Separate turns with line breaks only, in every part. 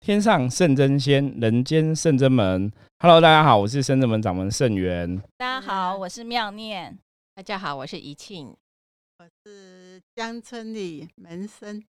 天上圣真仙，人间圣真门。Hello，大家好，我是圣真门掌门圣元。
大家
嗯
好，我是妙念。
大家好，我是怡庆。
我是江村里门生，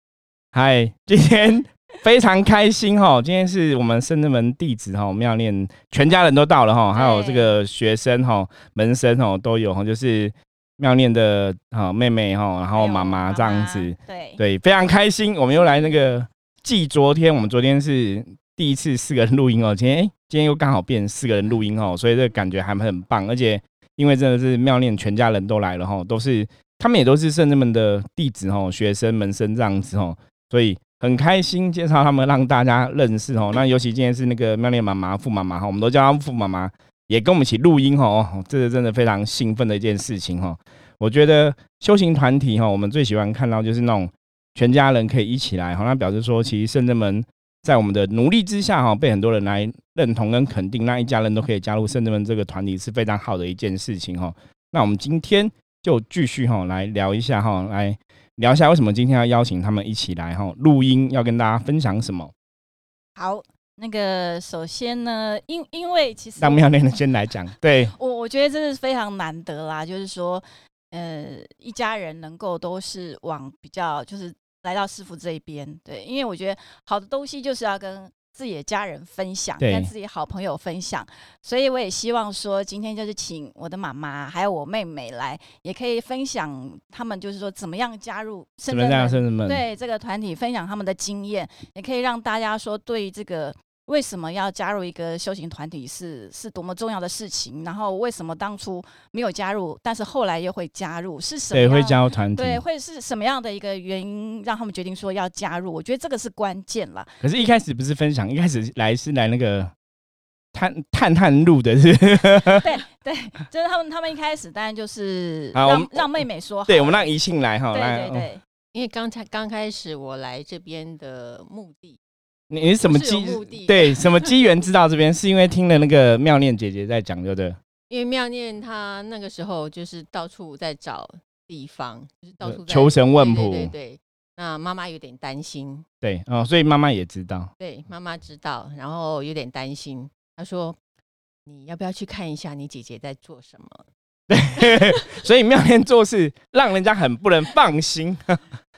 嗨，今天非常开心哈！ 今天是我们圣真门弟子哈，妙念全家人都到了哈，还有这个学生哈、门生哈都有哈，就是妙念的哈妹妹哈，然后妈妈这样子。，
对
对，非常开心，我们又来那个继昨天，我们昨天是第一次四个人录音哦，今天、诶今天又刚好变四个人录音哦，所以这个感觉还很棒，而且因为真的是妙念全家人都来了哈，都是他们也都是圣人们的弟子哦，学生门生这样子哦，所以。很开心介绍他们，让大家认识哦。那尤其今天是那个妙念妈妈、傅妈妈哈，我们都叫她傅妈妈，也跟我们一起录音哦。这是真的非常兴奋的一件事情哦。我觉得修行团体哦哈，我们最喜欢看到就是那种全家人可以一起来，好，那表示说，其实圣真门在我们的努力之下，哈，被很多人来认同跟肯定，那一家人都可以加入圣真门这个团体是非常好的一件事情，哈。那我们今天就继续哈来聊一下哈，来聊一下为什么今天要邀请他们一起来哈录音，要跟大家分享什么？
好，那个首先呢，因因为其实
让妙念先来讲，对，
我我觉得这是非常难得啦，就是说，呃，一家人能够都是往比较就是来到师傅这一边，对，因为我觉得好的东西就是要跟自己的家人分享，
对
跟自己好朋友分享，所以我也希望说，今天就是请我的妈妈还有我妹妹来，也可以分享他们就是说怎么样加入
怎
深
么
圳
这样，
人
圣真门？
对这个团体分享他们的经验，也可以让大家说对于这个为什么要加入一个修行团体是是多么重要的事情，然后为什么当初没有加入，但是后来又会加入，是什么
对，
样？
会加入嗯团体。
对，会是什么样的一个原因让他们决定说要加入？我觉得这个是关键 啦。
可是，一开始不是分享，一开始来是来那个探探探路的是不 是。
对，就是他们他们一开始当然就是
好
让
我们
让妹妹说好，
对，我们让宜庆来哈，
对
来，
对
哦
对，
因为刚才刚开始我来这边的目的，
你你是什么
是有
机
目的的
对什么机缘知道这边，是因为听了那个妙念姐姐在讲，对不对？
因为妙念她那个时候就是到处在找地方，就是到处在
呃求神问
对
卜，
对对对那妈妈有点担心，
对哦，所以妈妈也知道，
对妈妈知道，然后有点担心，她说：“你要不要去看一下你姐姐在做什么
所以妙念做事让人家很不能放心，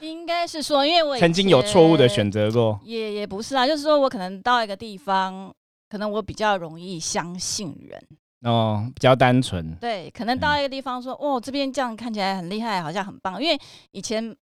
应该是说，因为我以
曾经有错误的
前
选择过，
也也不是啊，就是说我可能到一个地方，可能我比较容易相信人，
哦，比较单纯，
对，可能
嗯
到一个地方说，哦，这边这样看起来很厉害，好像很棒，因为以前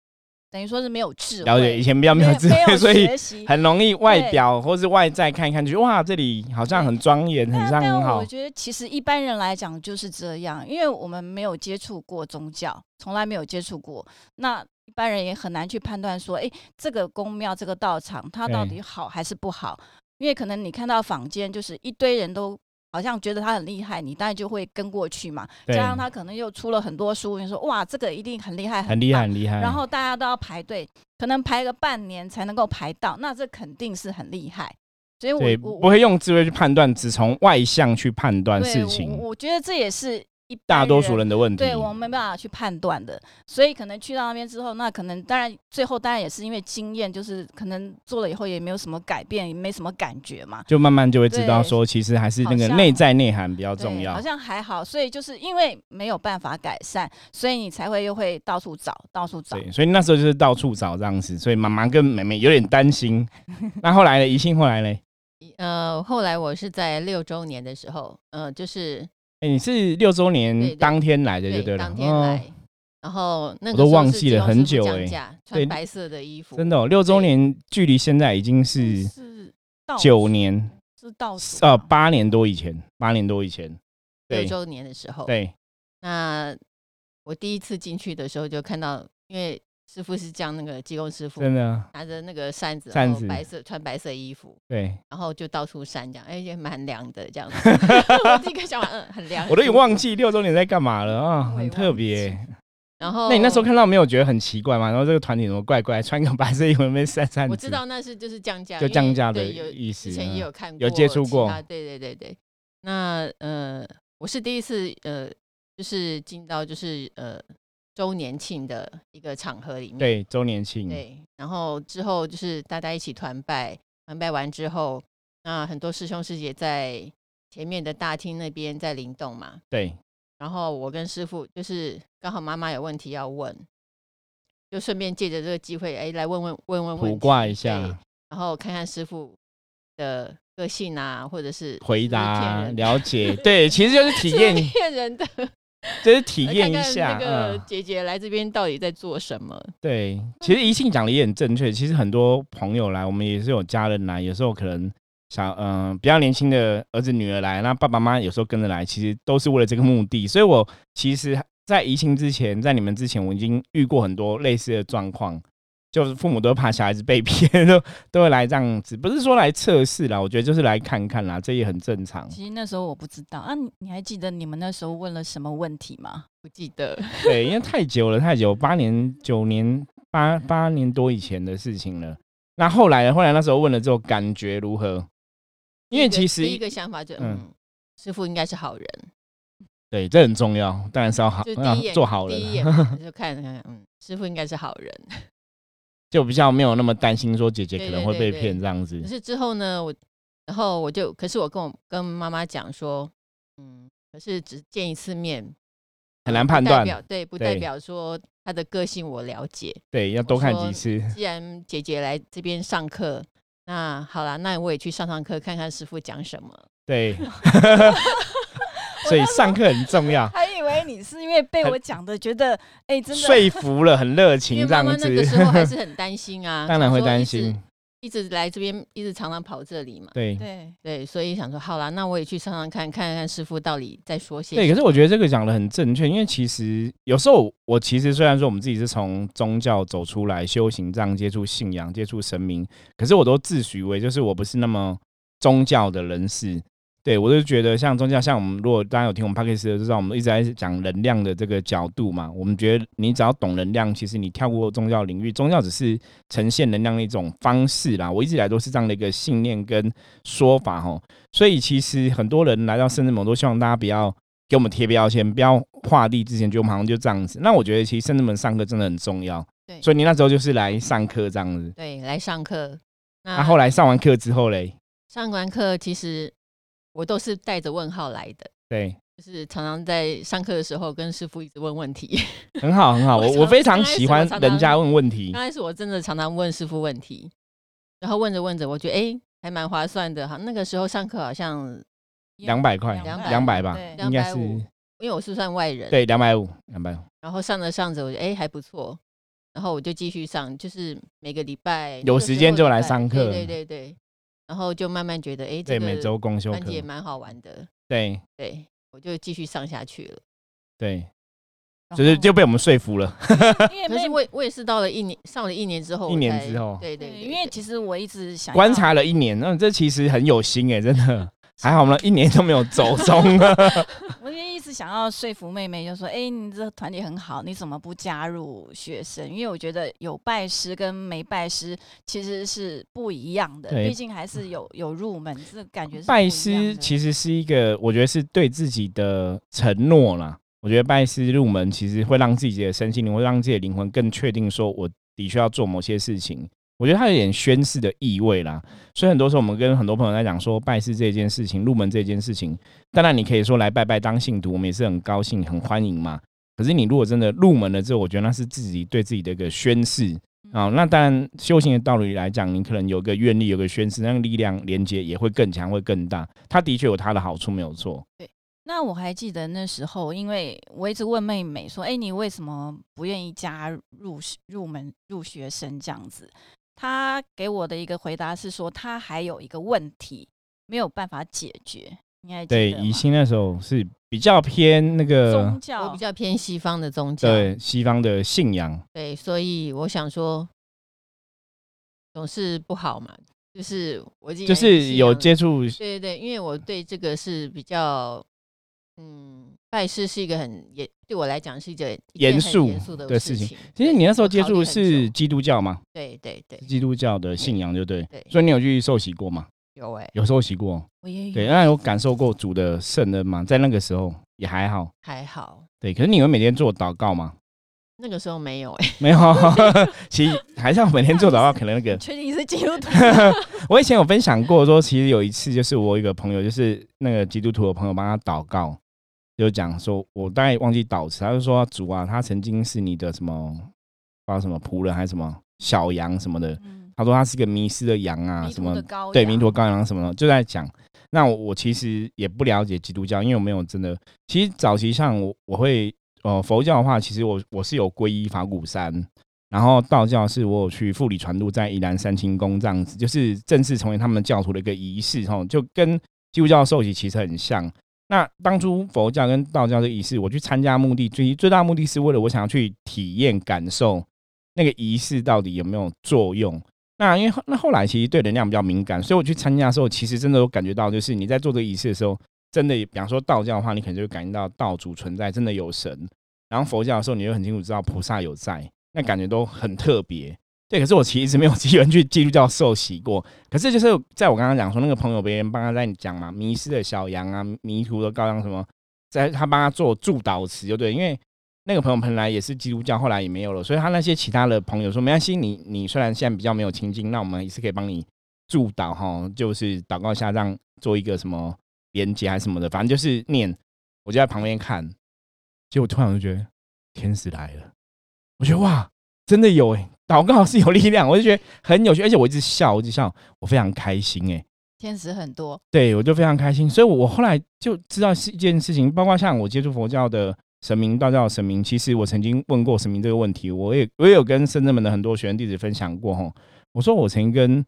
等于说是没有智慧，
了解以前比较没
没
有智慧，所以
学习。
很容易外表或是外在看一看去，哇，这里好像很庄严，很
但
像
但
很
啊我
好，
觉得其实一般人来讲就是这样，因为我们没有接触过宗教，从来没有接触过，那一般人也很难去判断说，诶，这个宫庙、这个道场它到
对
底好还是不好？因为可能你看到坊间就是一堆人都好像觉得他很厉害，你当然就会跟过去嘛。
对
加，上他可能又出了很多书，你说哇，这个一定很厉害，
很厉害，嗯
棒。
很厉害，
然后大家都要排队，可能排个半年才能够排到，那这肯定是很厉害。所以我
对，
我
不会用智慧去判断，只从外向去判断
对
事
我
情，
我觉得这也是一
大
般
多数人的问题，
对我们没办法去判断的。所以可能去到那边之后，那可能当然最后当然也是因为经验，就是可能做了以后也没有什么改变，也没什么感觉嘛。
就慢慢就会知道
对
说，其实还是那个
好像
内在内涵比较
对
重要
好。像还好，所以就是因为没有办法改善，所以你才会又会到处找，到处找。
对，所以那时候就是到处找这样子，所以妈妈跟妹妹有点担 心。那后来呢？宜兴后来呢？？”
呃，后来我是在六周年的时候，呃，就是
哎、你是六周
对
年
对
当天来的就了，
当天
哦
来，然后那
我
个
都
时候
忘
是
记
基
了
隆
很
师
久
傅降
欸
价
对
穿白色的衣服，
真的、哦，六周年距离现在已经是
是倒
九
数
年，
是倒数
呃，
吗
八年多以前，八年多以前，
六
对
周年的时候。
对，
那我第一次进去的时候就看到，因为师傅是降那个技工师傅
真的
拿着那个扇子，
扇
然后
子
白色穿白色衣服，
对，
然后就到处扇这样，哎、也蛮凉的 这样子。我第一个想法，嗯，很凉。
我都已
有
经忘记六周年在干嘛了啊，
我
很
也忘哦
特别。
然后
那你那时候看到没有觉得很奇怪吗？然后这个团体怎么怪怪，穿个白色衣服在那边扇扇子？
我知道那是就是降价，
就降价的
因为对有
意思
之前
嗯
也有看过，
有接触
其
过
他对对对对。那呃，我是第一次呃，就是进到就是呃周年庆的一个场合里面，
嗯对，周年庆，
对，然后之后就是大家一起团拜，参拜完之后，那很多师兄师姐在前面的大厅那边在灵动嘛，
对，
然后我跟师傅就是刚好妈妈有问题要问，就顺便借着这个机会，哎，来问问问问问
卜
题
卦一
对
下，
然后看看师傅的个性啊，或者是
回
是不是骗
答
人的
了解，对，其实就是体验
是不，是骗人的，
就是体
来
验一
看看
下。
那个
嗯，
姐姐来这边到底在做什么？
对，其实宜信讲的也很正确。其实很多朋友来，我们也是有家人来，有时候可能小嗯、比较年轻的儿子女儿来，那爸爸妈妈有时候跟着来，其实都是为了这个目的。所以我其实，在宜信之前，在你们之前，我已经遇过很多类似的状况。就是父母都怕小孩子被骗， 都都会来这样子，不是说来测试啦，我觉得就是来看看啦，这也很正常。
其实那时候我不知道啊，你你还记得你们那时候问了什么问题吗？
不记得，
对，因为太久了，太久，八年、九年、八八年多以前的事情了。那后来呢？后来那时候问了之后，感觉如何？因为
第一
其
个
实
第一个想法就
嗯
嗯，师傅应该是好人，
对，这很重要，当然是要好，
就
要
第一眼
啊做好
第一
人，啊
眼就看看看，嗯，师傅应该是好 人。
就比较没有那么担心说姐姐
对
可能
对
会
对
被
对
骗这样子
可。是之后呢，我然后我就，可是我跟我跟妈妈讲说，嗯，可是只见一次面，
很难
不
判
代
断
表对，不代
对
表说她的个性我了 解。
对，要多看
说
几次。
既然姐姐来这边上课，那好啦，那我也去上上课，看看师傅讲什么。
对，所以上课很重要，
还以为你是因为被我讲的，觉得哎、真的
说服了，很热
因为
情这
妈
样
妈那个时
子，
候还是很担心啊，
当然会
想说
担
一直
心。。
一直来这边，一直常常跑这里嘛。
对，
对，
对，所以想说，好啦，那我也去上上看，看看师傅到底在说些
对，
什
可是我觉得这个讲的很正确，因为其实有时候我其实虽然说我们自己是从宗教走出来修行，这样接触信仰、接触神明，可是我都自诩为就是我不是那么宗教的人士。对我就觉得像宗教，像我们如果大家有听我们 p a c k a g e 的，就知道我们一直在讲能量的这个角度嘛。我们觉得你只要懂能量，其实你跳过宗教领域，宗教只是呈现能量的一种方式啦。我一直以来都是这样的一个信念跟说法吼，所以其实很多人来到圣智门，我都希望大家不要给我们贴标签，不要画地之前觉得我们好像就这样子。那我觉得其实圣智门上课真的很重要，
对
所以你那时候就是来上课这样子。
对，来上课。
那、
那
啊后来上完课之后嘞，
上完课，其实我都是带着问号来的，
对，
就是常常在上课的时候跟师傅一直问问题。
很好很好，我
我
我非常
常
喜欢
刚开始我常常嗯
人家问问题
刚，开始我真的常常问师傅问题，然后问着问着，我觉得哎、诶还蛮划算的哈。那个时候上课好像
两百块，
200
两百吧，
对
应该是
250因为我是算外人，
对两百五，两百五，
然后上着上着，我觉得哎、诶还不错，然后我就继续上，就是每个礼拜
有时间就来上课
对对对对，然后就慢慢觉得哎、诶
对，
这
每
个
周公修
班
课
级，也蛮好玩的，
对
对我就继续上下去了。
对，
然
就是
后
就被我们说服了，
因为
可
妹
是
哎妹
我也我也是到了一年，上了一年之后我才，
一年之后
对对
对，
对，
因为
对
其实我一直想
观
要
察了一年，那、这其实很有心哎、真的。还好我们一年都没有走 中，
我也一直想要说服妹妹，就说：“哎、你这个团体很好，你怎么不加入学生？因为我觉得有拜师跟没拜师其实是不一样的，
对
毕竟还是有有入门，这感觉是
拜师
实
其实是一个，我觉得是对自己的承诺啦。我觉得拜师入门其实会让自己的身心灵，会让自己的灵魂更确定，说我的确要做某些事情。我觉得它有点宣誓的意味啦，所以很多时候我们跟很多朋友在讲说拜师这件事情、入门这件事情，当然你可以说来拜拜当信徒，我们也是很高兴、很欢迎嘛。可是你如果真的入门了之后，我觉得那是自己对自己的一个宣誓，
嗯
啊、那当然，修行的道理来讲，你可能有个愿力，有个宣誓，那个力量连接也会更强，会更大。它的确有它的好处，没有错。
那我还记得那时候，因为我一直问妹妹说：“哎、你为什么不愿意加入学入门入学生这样子？”她给我的一个回答是说，她还有一个问题没有办法解决。你还记
对，呃
得
宜
吗
兴那时候是比较偏那个
宗教
我比较偏西方的宗教，
对西方的信仰，
对，所以我想说，总是不好嘛，就是我既
就
然
是有
这，
接触
对对对，因为我对这个是比较，嗯，拜师是一个很严，对我来讲是一个一
严
件很
肃
严肃
的
的
事
事
情
情。
其实
对
你那时候
我
接
考虑
触
很
是
久
基督教嘛，
对对对，
基督教的信仰，对不对？
对
所以你有去受洗过吗？
有哎、
有受洗过，
我也
嗯
有
对。那有感受过主的圣恩吗？在那个时候也还好，
还好，
对。可是你会每天做祷告吗？
那个时候没有哎、
没有， 其实还是要每天做早报，可能那个
你确定你是基 督 徒？
我以前有分享过说，其实有一次就是我有一个朋友，就是那个基督徒的朋友帮他祷告，就讲说，我大概忘记祷词，他就说主啊，他曾经是你的什么，不知道什么仆人还是什么小羊什么的，
嗯
他说他是个迷失的羊啊，
迷
什
途
么
的羔羊，
对迷途羔羊什么的，就在讲。那我我其实也不了解基督教，因为我没有真的。其实早期上我我会呃佛教的话，其实我我是有皈依法鼓山，然后道教是我有去富里传度，在宜兰三清宫这样子，就是正式成为他们教徒的一个仪式吼，就跟基督教的受洗其实很像。那当初佛教跟道教的仪式，我去参加目的最最大目的是为了我想要去体验感受那个仪式到底有没有作用。那因为后那后来其实对能量比较敏感，所以我去参加的时候，其实真的有感觉到，就是你在做这个仪式的时候，真的，比方说道教的话，你可能就会感应到道主存在，真的有神；然后佛教的时候，你就很清楚知道菩萨有在，那感觉都很特别。对，可是我其实一直没有机缘去基督教受洗过。可是就是在我刚刚讲说，那个朋友别人帮他在讲嘛，迷失的小羊啊，迷途的羔羊什么，在他帮他做祝祷词，就对，因为那个朋友本来也是基督教，后来也没有了，所以他那些其他的朋友说没关系，你你虽然现在比较没有亲近，那我们也是可以帮你祝祷哈，就是祷告一下，让做一个什么连接还是什么的，反正就是念。我就在旁边看，结果突然我就觉得天使来了，我觉得哇，真的有哎、祷告是有力量，我就觉得很有趣，而且我一直笑，我一直笑，我非常开心哎、
天使很多，
对我就非常开心，所以我我后来就知道是一件事情，包括像我接触佛教的神明、道教的神明，其实我曾经问过神明这个问题，我也我也有跟深圳门的很多学员弟子分享过吼，我说我曾经跟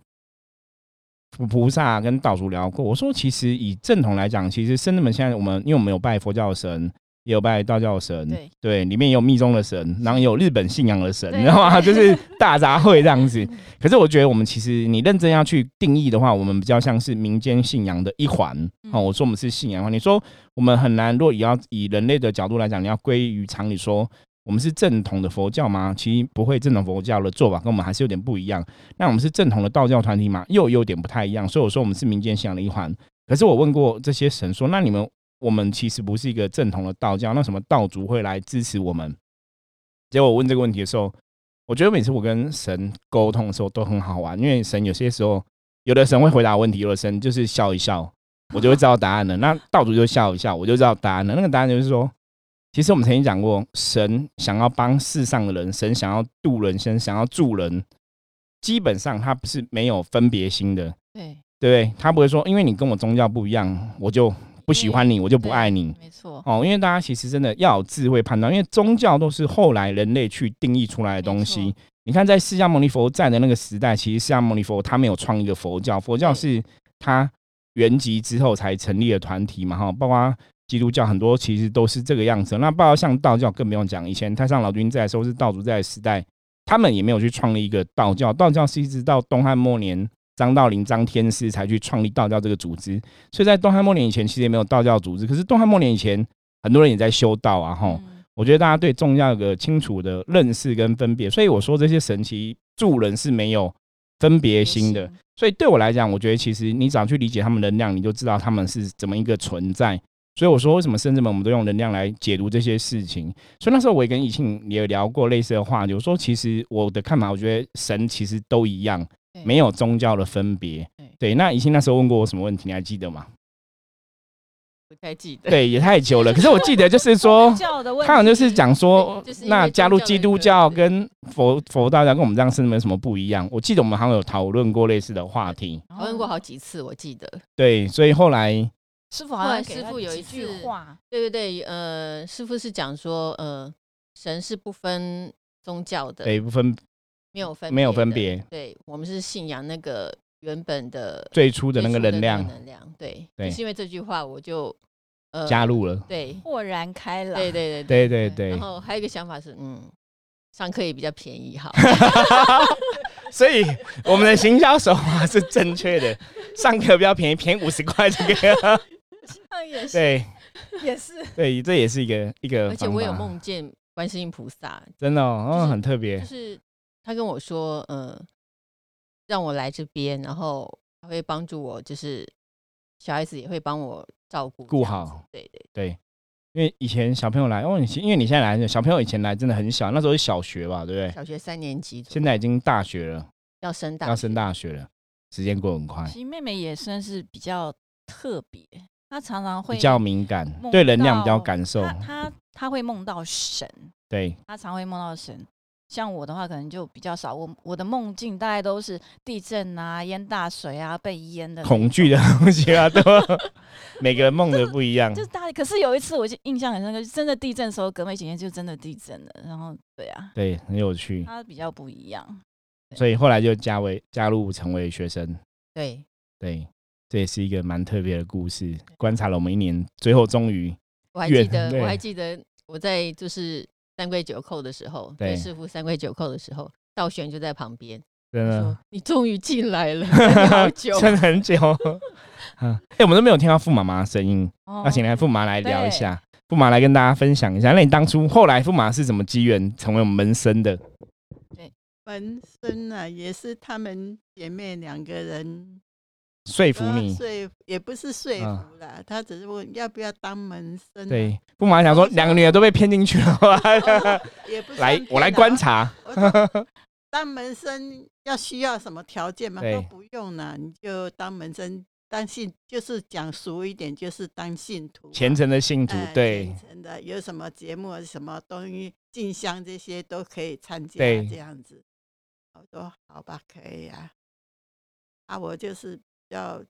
菩菩萨跟道主聊过，我说其实以正统来讲，其实深圳门现在我们因为我们有拜佛教的神，也有拜道教的神，
对，
对，里面也有密宗的神，然后也有日本信仰的神，
对
你知道吗？ 就是大杂烩这样子。可是我觉得我们其实你认真要去定义的话，我们比较像是民间信仰的一环。哦，我说我们是信仰的话，你说我们很难，如果也要以人类的角度来讲，你要归于常理说。我们是正统的佛教吗？其实不会，正统佛教的做法跟我们还是有点不一样。那我们是正统的道教团体嘛，又有点不太一样。所以我说我们是民间信仰的一环。可是我问过这些神说，那你们我们其实不是一个正统的道教，那什么道主会来支持我们？结果我问这个问题的时候，我觉得每次我跟神沟通的时候都很好玩，因为神有些时候，有的神会回答问题，有的神就是笑一笑，我就会知道答案了。那道主就笑一笑，我就知道答案了。那个答案就是说，其实我们曾经讲过，神想要帮世上的人，神想要渡人，神想要助人，基本上他不是没有分别心的。
对，
对不对？他不会说，因为你跟我宗教不一样，我就不喜欢你，我就不爱你。
没错，
哦，因为大家其实真的要有智慧判断，因为宗教都是后来人类去定义出来的东
没
西
错。
你看，在释迦牟尼佛在的那个时代，其实释迦牟尼佛他没有创一个佛教，佛教是他原籍之后才成立的团体嘛，哈，包括基督教很多其实都是这个样子。那包括像道教更不用讲，以前太上老君在的时候是道祖在的时代，他们也没有去创立一个道教，道教是一直到东汉末年。张道陵、张天师才去创立道教这个组织，所以在东汉末年以前，其实也没有道教组织。可是东汉末年以前，很多人也在修道啊，吼。
嗯
我觉得大家对宗教有个清楚的认识跟分别，所以我说这些神奇助人是没有分别心的。，所以对我来讲，我觉得其实你只要去理解他们能量，你就知道他们是怎么一个存在。所以我说，为什么甚至们我们都用能量来解读这些事情？所以那时候我也跟怡庆也有聊过类似的话，有说其实我的看法，我觉得神其实都一样，
对
没有宗教的分别
对。
对，那怡庆那时候问过我什么问题，你还记得 吗？
不太记 得。
对，也太久了。可是我记得就是说
宗，教的问
他好像就是
题
讲说
对就，是因为
那加入
宗教的
基督
一个
教跟佛佛道教跟我们这样是没有什么不一样。我记得我们好像有讨论过类似的话题，
讨论过好几次，我记得。
对，所以后来
师傅好
后
像
来
给
师
他
父有
几
一
句
次
话，
对对对，呃，师傅是讲说，呃，神是不分宗教的，
北部分
没有分，
没有分。别
对我们是信仰那个原本的
最初的那个
最初的
能量
能量。对，
对
就是因为这句话，我就呃
加。入了，
对
豁然开朗。
对对
对
对
对
对
对
然，后还有一个想法是，嗯，上课也比较便宜 哈。
所以我们的行销手法是正确的，上课比较便宜，便宜五十块这个，
对， 也是
对
也是，
对，这也是一个一个
而且
方
我有
法
梦见观世音菩萨，
真的哦，
就
哦
是
很特别
就，是他跟我说，呃，让我来这边，然后他会帮助我，就是小孩子也会帮我照顾，
顾
这样子
好。
对对，
对，因为以前小朋友来，哦，你因为你现在来，小朋友以前来真的很小，那时候是小学吧，对不对？
小学三年级左右
现在已经大学了，
要升大
要升大学了，时间过得很快，
其实妹妹也算是比较特别，她常常会
比较敏感
梦，
对能量比较
到
感受
她，她她会梦到神，
对，
她常会梦到神。像我的话，可能就比较少。我我的梦境大概都是地震啊、淹大水啊、被淹的 那
恐惧的东西啊，都每个人梦的不一样
就。是大，可是有一次我就印象很深刻，就真的地震的时候，革命姐姐就真的地震了。然后对啊，
对，很有趣，
她比较不一样。
所以后来就加为加入成为学生，
对，
对，这也是一个蛮特别的故事。观察了我们一年，最后终于
我还
越
记得，
对
我还记得我在就是三跪九叩的时候，
对
对师傅三跪九叩的时候，道玄就在旁边
真
他
的
说：“你终于进来 了，等你好久。
撑很久。 嗯，哎、我们都没有听到傅妈妈的声音，
哦
那请来傅妈来聊一下，傅妈来跟大家分享一下。那你当初后来傅妈是怎么机缘成为我们门生的？
门生啊，也是她们姐妹两个人
说服
说
你？
说服，也不是说
嗯
服啦，她只是问要不要当门生、啊。，
对，傅妈想说两个女的都被骗进去了，
也不算
来
骗
我来
啦
观。察。
我说当门生要需要什么条件吗？
对
都不用啦，你就当门生，当信就是讲俗一点，就是当信徒嘛，
虔诚的信徒，
哎
呃对
虔诚的，有什么节目、啊什么东西、进香这些都可以参加，
对
这样子。我说好吧，可以啊。啊，我就是比较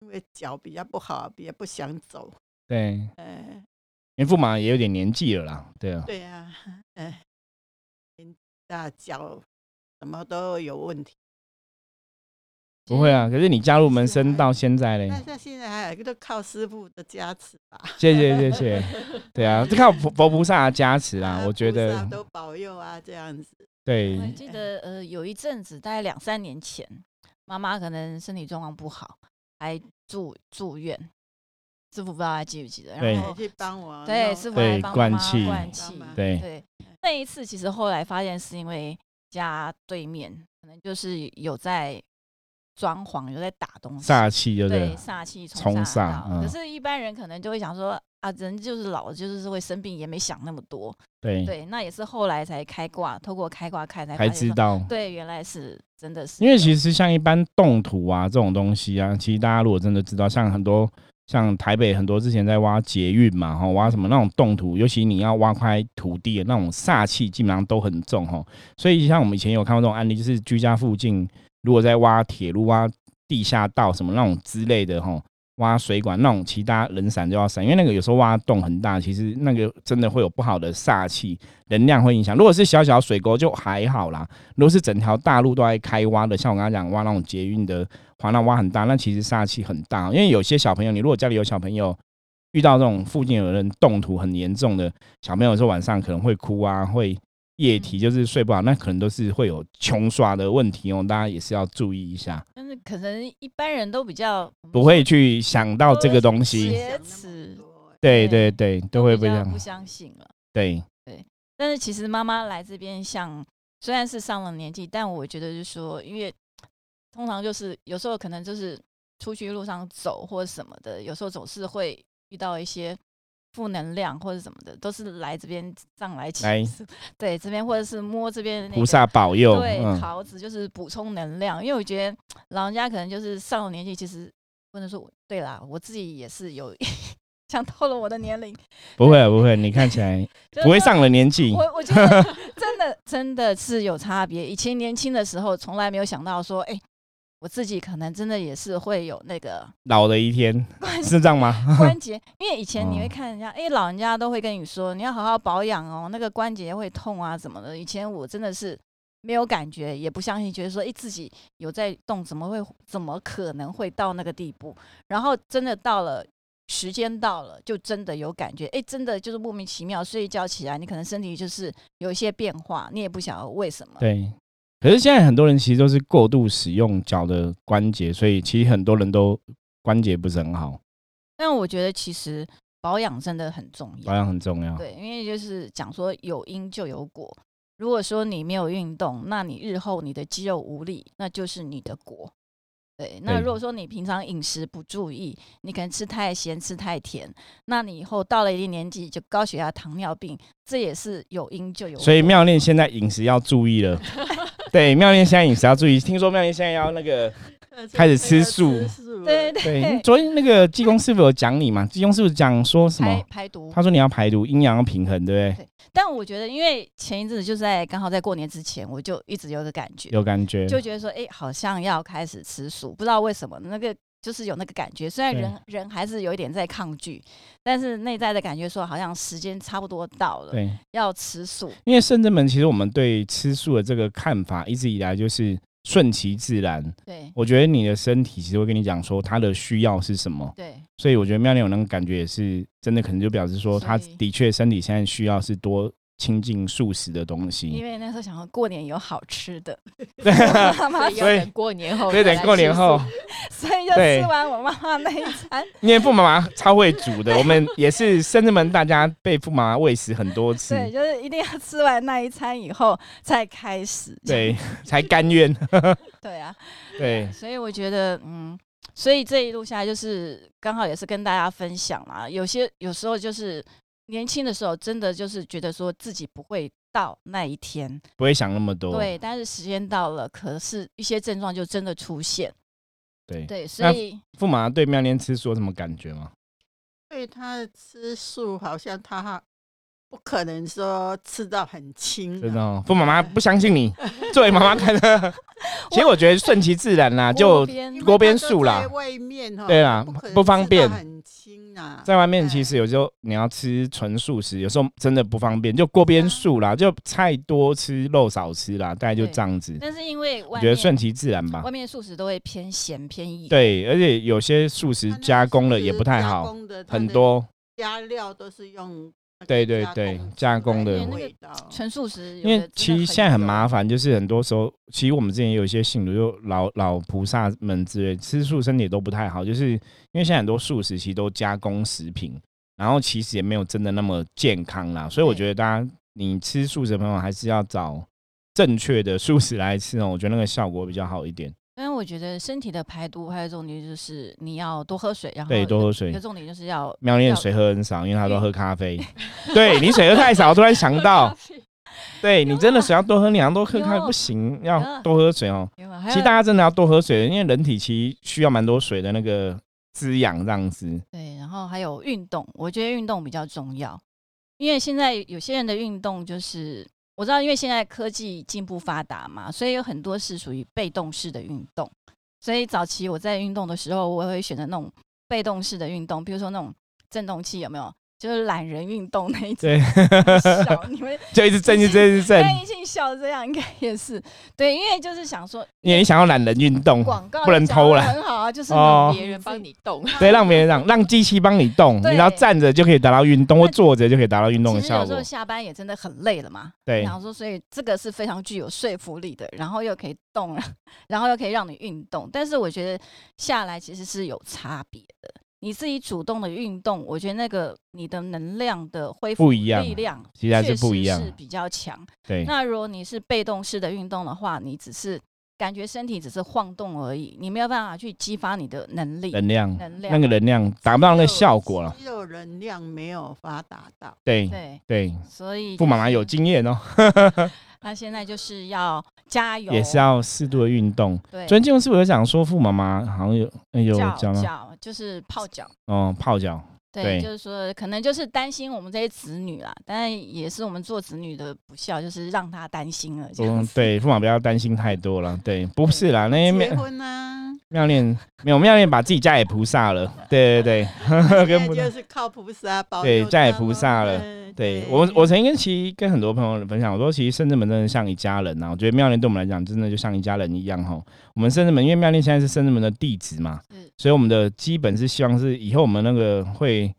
因为脚比较不好，比较不想走，
对，因
哎，
为傅妈也有点年纪了啦，对啊，
对啊，哎，大脚什么都有问题。
不会啊。可是你加入门
是
生
啊
到现在嘞，
那像现在还有都靠师傅的加持吧，
谢谢谢谢，对 啊，这靠佛佛菩萨的加持啊，
啊
我觉
菩萨
得
都保佑啊，这样子。
对
我还记得呃，有一阵子，大概两三年前，妈妈可能身体状况不好，还住住院。师傅不知道还记不记得？
对
然后
你去帮我弄，哎
对，师傅
对
还帮
灌
妈妈
气
灌
帮
气
忙。
哦对
对，那一次其实后来发现是因为家对面可能就是有在装潢，有在打东西，
煞气就
对
是
煞气
冲煞
冲煞到。可
嗯
是，一般人可能就会想说啊，人就是老，就是会生病，也没想那么多。
对，
对，那也是后来才开挂，透过开挂看才
才
发现
知
说
道。
对，原来是真的是
因为
实
其实像一般动土啊这种东西啊，其实大家如果真的知道，像很多像台北很多之前在挖捷运嘛，哈，挖什么那种动土，尤其你要挖块土地的那种煞气，基本上都很重哈。所以像我们以前有看过这种案例，就是居家附近如果在挖铁路、挖地下道什么那种之类的哈，挖水管那种，其实大家人闪就要闪，因为那个有时候挖洞很大，其实那个真的会有不好的煞气，能量会影响。如果是小小水沟就还好啦，如果是整条大路都在开挖的，像我刚刚讲挖那种捷运的环道挖很大，那其实煞气很大。因为有些小朋友，你如果家里有小朋友遇到这种附近有人动土很严重的小朋友，有时候晚上可能会哭啊，会夜啼，就是睡不好，那可能都是会有穷刷的问题哦，大家也是要注意一下，
但是可能一般人都比较
不会去想到这个东
不会
西。
去
想那么
持
多哎
对对对，都会
比
被这
较不
样。啊
相信了。
对
但是其实妈妈来这边像，虽然是上了年纪，但我觉得就是说，因为通常就是有时候可能就是出去路上走或者什么的，有时候总是会遇到一些负能量或者什么的，都是来这边上来祈
来
福， 对这边或者是摸这边的那
菩
个
萨保佑，
嗯对，
嗯，
桃子就是补充能量，因为我觉得老人家可能就是上了年纪，其实不能说我对啦，我自己也是有 想透了我的年龄，
不会不会，你看起来
就是
不会
说
上了年纪。
我我觉得真的真的是有差别。以前年轻的时候，从来没有想到说，哎、我自己可能真的也是会有那个
老的一天，
关
是这样吗？
关节，因为以前你
哦
会看人家，哎、老人家都会跟你说，你要好好保养哦，那个关节会痛啊什么的。以前我真的是没有感觉，也不相信，觉得说，哎、自己有在动，怎么会，怎么可能会到那个地步？然后真的到了。时间到了，就真的有感觉，哎、真的就是莫名其妙，睡一觉起来，你可能身体就是有一些变化，你也不晓得为什么。
对。可是现在很多人其实都是过度使用脚的关节，所以其实很多人都关节不是很好，
但我觉得其实保养真的很重要
保。养很重要。
对，因为就是讲说有因就有果。如果说你没有运动，那你日后你的肌肉无力，那就是你的果。对，那
对
如果说你平常饮食不注意，你可能吃太咸、吃太甜，那你以后到了一定年纪就高血压、糖尿病，这也是有因就有果。
所以妙恋现在饮食要注 意了。对，妙恋现在饮食要注意。听说妙恋现在要那个，开始吃素
对
对，
对
对，昨天那个济公师傅有讲你嘛？济公师傅讲说什
排
么？
排毒。
他说你要排毒，阴阳要平衡，对不对？
但我觉得，因为前一阵子就在刚好在过年之前，我就一直有个感觉，
有感觉。
就觉得说，哎、好像要开始吃素，不知道为什么那个。就是有那个感觉，虽然
对
人人还是有一点在抗拒，但是内在的感觉说好像时间差不多到了，
对，
要吃素。
因为圣真门其实我们对吃素的这个看法，一直以来就是顺其自然。
对
我觉得你的身体其实会跟你讲说它的需要是什么，
对
所以我觉得妙莲有那个感觉也是真的，可能就表示说
所以
他的确身体现在需要是多亲近素食的东
因
西。
为那时候想要过年有好吃的，
对，
妈妈，
所以要
所以
等过年后，
所以等过年后，，
所以就
对
吃完我妈妈那一 餐，
因为傅妈妈超会煮的，我们也是深圳门，大家被傅妈妈喂食很多次，
对，就是一定要吃完那一餐以后再开始。
对，才甘愿。
对啊，
对，
所以我觉得，嗯，所以这一路下来就是刚好也是跟大家分享嘛，有些有时候就是年轻的时候，真的就是觉得说自己不会到那一天，
不会想那么多。
对，但是时间到了，可是一些症状就真的出现，
对，
对，
那
所以
傅妈妈对妙莲吃素有什么感觉吗？
对他吃素好像他不可能说吃到很轻
嗯
真的、
啊，
哦，傅妈妈不相信 你，作为妈妈看的。 其实我觉得顺其自然啦，就
锅边
因为
锅边
他都
素啦
在外面哈，
对啦
不可能
不方
吃到
便
很轻啊，
在外面
哎
其实有时候你要吃纯素食，有时候真的不方便，就锅边素啦，就菜多吃肉少吃啦，大概就
嗯对
这样子。
但是因为
我
外
觉得
面
顺其自然吧
外。面的素食都会偏咸偏硬，
对，而且有些素
他
食
那个
加工了
是
也不太
加
好，
工的，它
很
的
多。
加料都是用那个
对对对加工
出来
的因为那个
味道，
纯素食有
因为
的真的
其实现在很
油
麻烦，就是很多时候，其实我们之前也有一些信徒，就老老菩萨们之类，吃素身体都不太好，就是因为现在很多素食其实都加工食品，然后其实也没有真的那么健康啦，所以我
对
觉得大家你吃素食的朋友还是要找正确的素食来吃哦，我觉得那个效果比较好一点。
但是我觉得身体的排毒还有重点就是你要多喝水，然后
对，
一个
多喝
一
水
个。重点就是要
喵念
要
水喝很少，因为他都喝咖啡。 对你水喝太少，我突然想到，对你真的水要多喝，你好像多喝咖啡
啊有
不行，要
有啊
多喝水哦。
因为还
其实
有
大家真的要多喝水，因为人体其实需要蛮多水的那个滋养，这样子。
对，然后还有运动，我觉得运动比较重要，因为现在有些人的运动就是我知道，因为现在科技进步发达嘛，所以有很多是属于被动式的运动。所以早期我在运动的时候，我会选择那种被动式的运动，比如说那种震动器，有没有？就是懒人运动那一 种。
对，
小，你们
就一直震，一直震，一直震。
对，一性笑这样应该也是对，因为就是想说
因为你想要懒人运动，
广告
不能偷
了，
懒，
很好啊，就是
哦
让
别人帮你动，
对，让别人让让机器帮你动，你
对
只要站着就可以达到运动，或坐着就可以达到运动的
其实
效
有时
果
候。下班也真的很累了嘛，
对
然后说，所以这个是非常具有说服力的，然后又可以动， 然后又可以让你运动。但是我觉得下来其实是有差别的。你自己主动的运动，我觉得那个你的能量的恢复
不一样啊
力量
其实还是
确实
不一样啊
是比较强。
对，
那如果你是被动式的运动的话，你只是感觉身体只是晃动而已，你没有办法去激发你的能力、
能量
能量。
那个能量达不到那个效果了。
肌肉能量没有发达到，
对
对，
对，
所以
傅妈妈有
就是
经验哦，
他现在就是要加油，
也是要适度的运动。
对，
昨天金融师傅有讲说，傅妈妈好像有哎有
脚
讲吗？
脚就是泡脚，
哦，泡 脚。
对，
对
就是说可能就是担心我们这些子女啦，但也是我们做子女的不孝，就是让他担心了这样
嗯
子。，
对，父母不要担心太多了。对，不是啦，那些
结
面
婚啊，
妙恋没有妙恋把自己家给菩萨了，对对对， 跟
现在
菩萨
就是靠菩萨保佑
对
他
拜
们
菩萨了
嗯
对我我曾经跟其实跟很多朋友分享，我说其实深圳门真的像一家人呐、啊我觉得妙恋对我们来讲真的就像一家人一样吼。我们深圳门，因为妙恋现在是深圳门的弟子嘛
是，
所以我们的基本是希望是以后我们那个会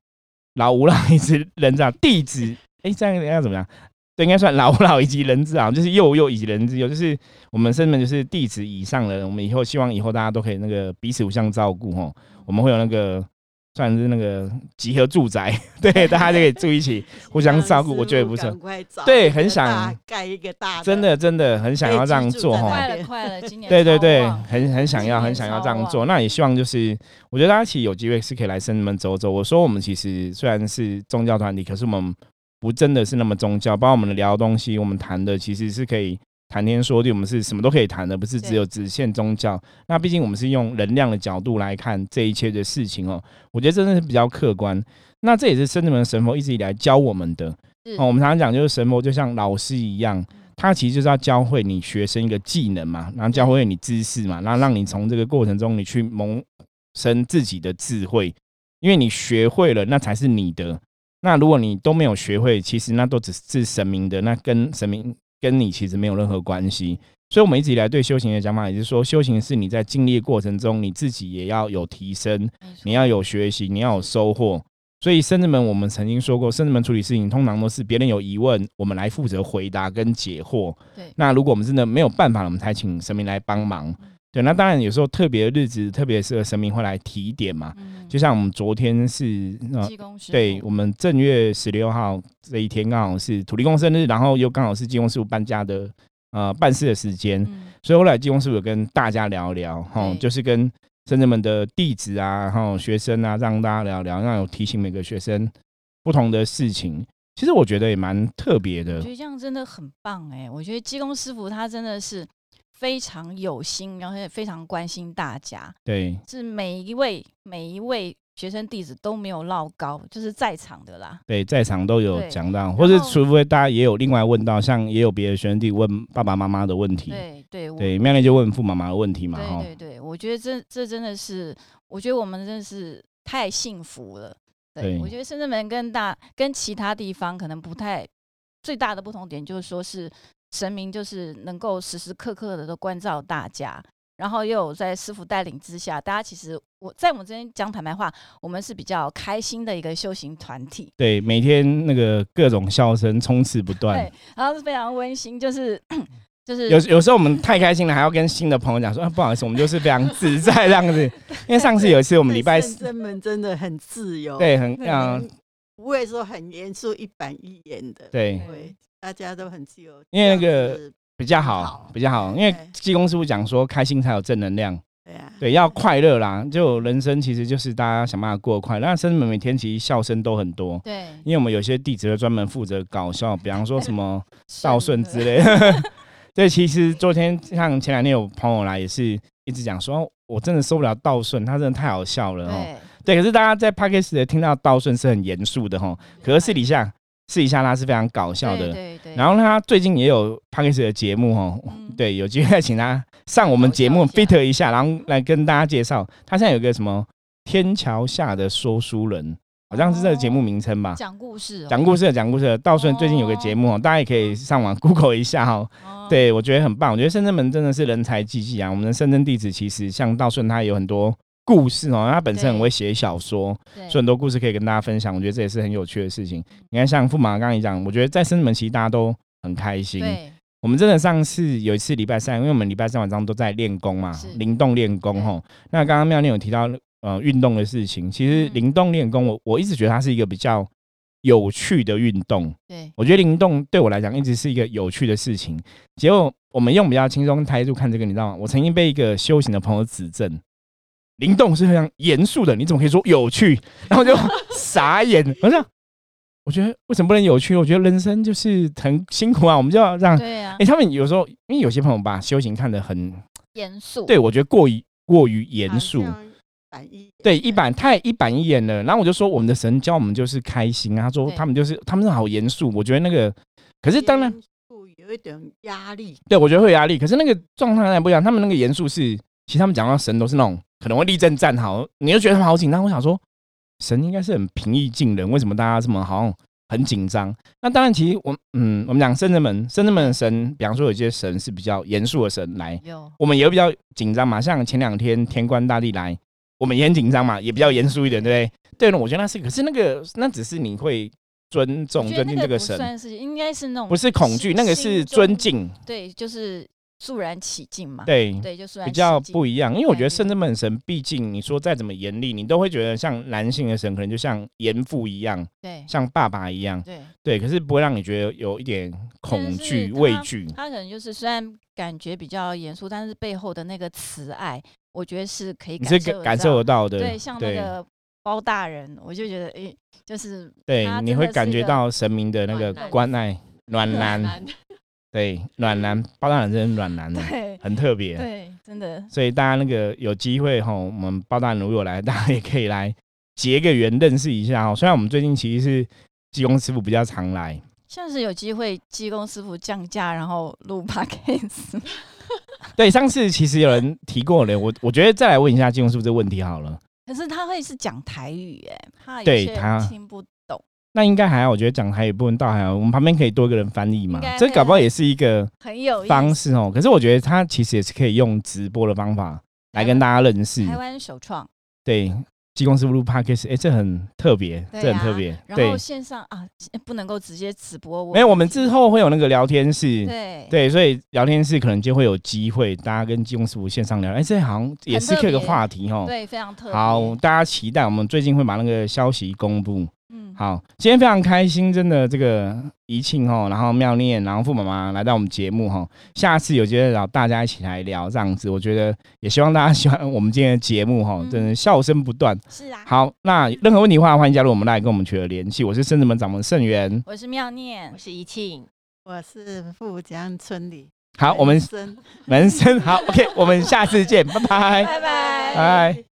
老吾老以及人之老，弟子哎、这样要怎么样？对，应该算老吾老以及人之老，就是幼幼以及人之幼，就是我们深圳门就是弟子以上的人，我们以后希望以后大家都可以那个彼此互相照顾吼。我们会有那个算是那个集合住宅， 对，大家就可以住一起，互相照顾，我觉得不错
赶。快找
对
一个
很想
大盖一个大
真的真的很想要这样做
可以居
哈
住在那。
快了快了，今
哦
年
对对
超
对，
旺
很很想要，
今年
很想要这
超
样
旺
做。那也希望就是，我觉得大家其实有机会是可以来深圳走走。我说我们其实虽然是宗教团体，可是我们不真的是那么宗教，包括我们聊的东西，我们谈的其实是可以谈天说地，我们是什么都可以谈的，不是只有只限宗教。那毕竟我们是用能量的角度来看这一切的事情哦，我觉得真的是比较客观。那这也是深圳门神佛一直以来教我们的。
是
哦，我们常常讲就是神佛就像老师一样，他其实就是要教会你学生一个技能嘛，然后教会你知识嘛，然后让你从这个过程中你去萌生自己的智慧，因为你学会了，那才是你的。那如果你都没有学会，其实那都只是神明的，那跟神明跟你其实没有任何关系。所以，我们一直以来对修行的讲法也是说，修行是你在经历的过程中，你自己也要有提升，
没错
你要有学习，你要有收获。所以，深圳门我们曾经说过，深圳门处理事情通常都是别人有疑问，我们来负责回答跟解惑。
对
那如果我们真的没有办法了，我们才请神明来帮忙。对，那当然有时候特别的日子，特别适合神明会来提点嘛。
嗯
就像我们昨天是呃
济公师
对
傅
我们正月十六号这一天刚好是土地公生日，然后又刚好是济公师傅搬家的呃办事的时间，
嗯
所以后来济公师傅有跟大家聊聊，哈
对，
就是跟深圳们的弟子啊，然后学生啊，让大家聊聊，让有提醒每个学生不同的事情。其实我觉得也蛮特别
我
的
觉，得这样真的很棒哎、我觉得济公师傅他真的是非常有心，然后也非常关心大家，
对
是每一位每一位学生弟子都没有落高，就是在场的啦。
对，在场都有
对
讲到，
后
或是除非大家也有另外问到，像也有别的学生弟问爸爸妈妈的问题，
对对，我
对，妙丽就问父妈妈的问题嘛，哈，
对对对，我觉得这这真的是，我觉得我们真的是太幸福了。对，
对
我觉得深圳门跟大跟其他地方可能不太最大的不同点，就是说是神明就是能够时时刻刻的都关照大家，然后又有在师傅带领之下，大家其实我在我们这边讲坦白话，我们是比较开心的一个修行团体。
对，每天那个各种笑声充斥不断。
对，然后是非常温馨，就是 就
嗯
是
有有时候我们太开心了，还要跟新的朋友讲说、啊，不好意思，我们就是非常自在这样 子。因为上次有一次我
我
们礼拜四，
深门真的很自由，，
对，很
对
嗯，
不会说很严肃一板一眼的，
对
不，会，大家都很自由，
因为那
这样
个
子
比较
好
好，比较好。因为
对
济公师傅讲说，开心才有正能量，
对啊，
嗯
对，要快乐啦。就人生其实就是大家想办法过得快乐。那甚至每天其实笑声都很多，
对
因为我们有些弟子会专门负责搞笑，比方说什么
孝
道顺之类 的。对，其实昨天像前两天有朋友来，也是一直讲说，哦我真的受不了道顺，他真的太好笑了哦。
对
对，可是大家在 podcast 的听到道顺是很严肃的哈，可是私底下私底下他是非常搞笑
对
的。
对对，
然后他最近也有 podcast 的节目哦，
嗯
对，有机会请他上我们节目
搞笑一
fit 一下，然后来跟大家介绍。他现在有个什么天桥下的说书人，好像是这个节目名称吧。
讲故事哦，
啊讲故事的，讲故事的。道顺最近有个节目哦，大家也可以上网 Google 一下哦。
哦
对，我觉得很棒。我觉得深圳门真的是人才济济啊。我们的深圳弟子其实像道顺，他有很多故事哦，他本身很
对
会写小说，
对
所以很多故事可以跟大家分享。我觉得这也是很有趣的事情。你看，像驸马刚刚也讲，我觉得在深圳门其实大家都很开心。
对
我们真的上次有一次礼拜三，因为我们礼拜三晚上都在练功嘛
是，
灵动练功吼。那刚刚妙念有提到呃运动的事情，其实
嗯
灵动练功我，我一直觉得它是一个比较有趣的运动。
对
我觉得灵动对我来讲一直是一个有趣的事情。结果我们用比较轻松态度看这个，你知道吗？我曾经被一个修行的朋友指正，灵动是非常严肃的，你怎么可以说有 趣？然后我就傻眼，我就想我觉得为什么不能有趣？我觉得人生就是很辛苦啊，我们就要让
对啊
哎、，他们有时候因为有些朋友把修行看得很，
严肃，
对我觉得过于过于严
好
肃，
像一板一眼
对一板太一板一眼了。然后我就说我们的神教我们就是开心啊，他说
对
他们就是他们是好严肃，我觉得那个，可是当然，
严肃有一点压力，
对我觉得会有压力，可是那个状态还不一样，他们那个严肃是，其实他们讲到神都是那种可能会立正站好，你就觉得他们好紧张。我想说，神应该是很平易近人，为什么大家这么好像很紧张？那当然，其实我嗯，我们讲圣人门，圣人门的神，比方说有些神是比较严肃的神来。
有
我们也会比较紧张嘛。像前两天天官大帝来，我们也很紧张嘛，也比较严肃一点，对不对？对了，我觉得那是，可是那个那只是你会尊
我
重
觉
尊
得
敬
那
这
个
个
不
神，
算是应该是那种
不是恐惧，
心
那个是尊，敬。
心中对，就是肃然起敬嘛。
对，
对，就肃然
比
起
较
敬
不一样，因为我觉得
对
圣真门神，毕竟你说再怎么严厉，你都会觉得像男性的神可能就像严父一样，
对
像爸爸一样，
对，
对，可是不会让你觉得有一点恐惧、
但是
畏惧。
他可能就是虽然感觉比较严肃，但是背后的那个慈爱，我觉得是可以
你
感
是
受得
感
到
受得到的，
对，像那
对
个包大人，我就觉得诶、就是
对
他
你
真
会
的
感
是一
觉
个
到神明的那个
暖男
关爱、暖男，对，暖男，包大人真的暖男呢，哦
对
很特别。
对，真的
所以大家那个有机会哈，我们包大人如果来，大家也可以来结个缘，认识一下哦。虽然我们最近其实是济公师傅比较常来，
像是有机会济公师傅降价，然后录 podcast，
对，上次其实有人提过了，我我觉得再来问一下金庸是不是这个问题好了。
可是他会是讲台语诶、怕有
对
些人
他
听不懂，
那应该还好，我觉得讲台语部分倒还好，我们旁边可以多一个人翻译嘛
应该，
这
会
搞不好也是一个
很有意
方
思。
式哦。可是我觉得他其实也是可以用直播的方法来跟大家认识。
嗯台湾首创，
对，济公师傅录 podcast，哎，这很特别，
对
这很
啊
特别。
然
对
后，线上啊不能够直接直播，
没有，我们
自
之后会有那个聊天室。
对
对，所以聊天室可能就会有机会，大家跟济公师傅线上聊。哎，这好像也
很
是
特
这个
别
话题哦。
对非常特别。
好，大家期待，我们最近会把那个消息公布。
嗯，
好，今天非常开心，真的这个怡庆哦，然后妙念，然后傅妈妈来到我们节目哈，下次有机会找大家一起来聊这样子，我觉得也希望大家喜欢我们今天的节目哈，
嗯
真的笑声不断。
是啊，
好，那任何问题的话，欢迎加入我们来跟我们取得联系。我是圣子门掌门盛元，
我是妙
我
念，
是怡庆，
我是富江村里。
好，我们
生
门生好，OK，我们下次见，拜拜，
拜拜
拜。